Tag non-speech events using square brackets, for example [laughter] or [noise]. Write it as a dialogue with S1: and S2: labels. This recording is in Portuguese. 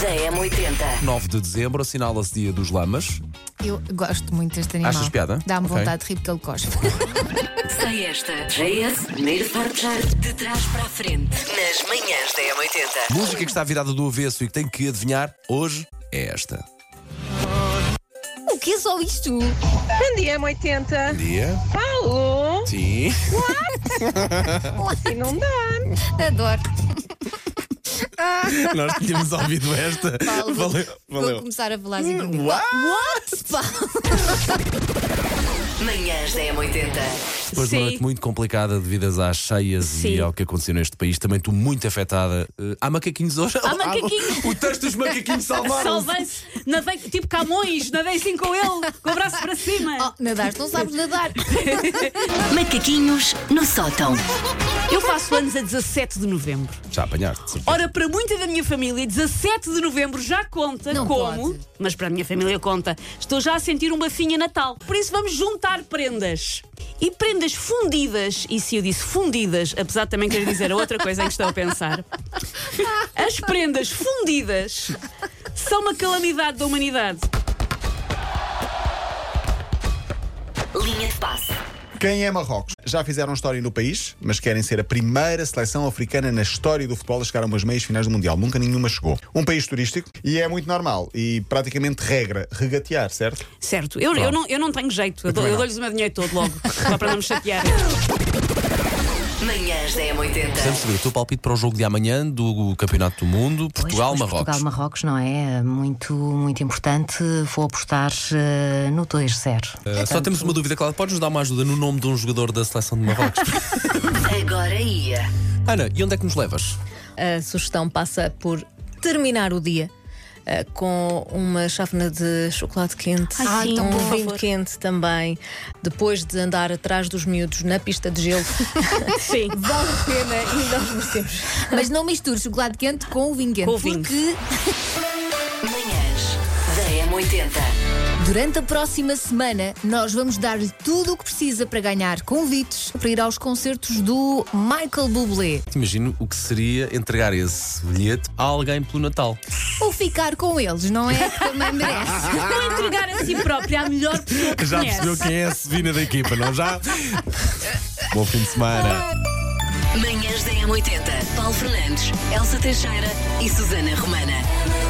S1: da M80.
S2: 9 de dezembro assinala-se Dia dos Lamas.
S3: Eu gosto muito deste animal.
S2: Achas piada?
S3: Dá-me
S2: Ok.
S3: vontade de rir porque ele cospe. [laughs]
S1: Sei esta. JS, primeiro farchar de trás para a frente. Nas manhãs da M80.
S2: Música que está virada do avesso e que tem que adivinhar hoje é esta.
S3: o que é só isto?
S4: Bom dia, M80.
S2: Dia?
S4: Paulo,
S2: Sim. [laughs]
S4: e não dá.
S3: Adoro.
S2: Nós tínhamos ouvido esta.
S3: Paulo, vou-
S2: valeu.
S3: Vou
S2: valeu.
S3: começar a falar assim comigo.
S2: What?
S3: What? Paulo?
S1: Manhãs da M80.
S2: Depois de uma noite muito complicada devido às cheias e ao que aconteceu neste país, também estou muito afetada. Eh, há macaquinhos hoje? Há [laughs]
S5: macaquinhos.
S2: o texto dos macaquinhos salvaram
S5: Salvei-se, nadei tipo Camões, nadei assim com ele, com o braço para cima.
S3: Oh, nadaste, não sabes nadar.
S1: Macaquinhos no sótão.
S5: Oh, Eu faço anos a 17 de novembro.
S2: Já apanhaste, de certeza.
S5: Ora, para muita da minha família, 17 de novembro já conta
S3: Não
S5: como,
S3: pode.
S5: mas para a minha família conta. Estou já a sentir um bafinha Natal. Por isso vamos juntar prendas. E prendas fundidas, e se eu disse fundidas, apesar de também querer dizer outra coisa em que estou a pensar. As prendas fundidas são uma calamidade da humanidade.
S1: Linha de passe.
S6: Quem é Marrocos? Já fizeram história no país, mas querem ser a primeira seleção africana na história do futebol a chegar a umas meias finais do Mundial. Nunca nenhuma chegou. Um país turístico e é muito normal e praticamente regra regatear, certo?
S5: Certo, eu, eu, não, eu não tenho jeito. Eu, dou-
S6: também
S5: eu
S6: não.
S5: dou-lhes o meu dinheiro todo logo, [laughs] só para não me chatear.
S6: [laughs]
S1: Manhãs da
S2: Vamos
S1: M80.
S2: saber o teu palpite para o jogo de amanhã do Campeonato do Mundo, Portugal-Marrocos.
S7: Portugal-Marrocos, não é? Muito, muito importante. Vou apostar eh, no 2-0.
S2: Eh, Só temos uma dúvida, Cláudia. Podes-nos dar uma ajuda no nome de um jogador da seleção de Marrocos?
S1: Agora ia.
S2: Ana, e onde é que nos levas?
S3: A sugestão passa por terminar o dia. ah, com uma chávena de chocolate quente,
S5: Ai, sim,
S3: um
S5: por favor.
S3: vinho quente também. Depois de andar atrás dos miúdos na pista de gelo,
S5: Sim.
S3: vale a pena e nós merecemos. Mas não misture chocolate quente com o vinho quente,
S5: Com o vinho.
S3: porque
S1: Manhãs da M80.
S3: Durante a próxima semana, nós vamos dar-lhe tudo o que precisa para ganhar convites para ir aos concertos do Michael Bublé
S2: Imagino o que seria entregar esse bilhete a alguém pelo Natal.
S3: ou ficar com eles, não é? Que também merece.
S5: Não entregar a si própria à melhor pessoa que conhece.
S2: quem é a Sevina da equipa, não já? Bom fim de semana.
S1: Manhãs da M80. Paulo Fernandes, Elsa Teixeira e Susana Romana.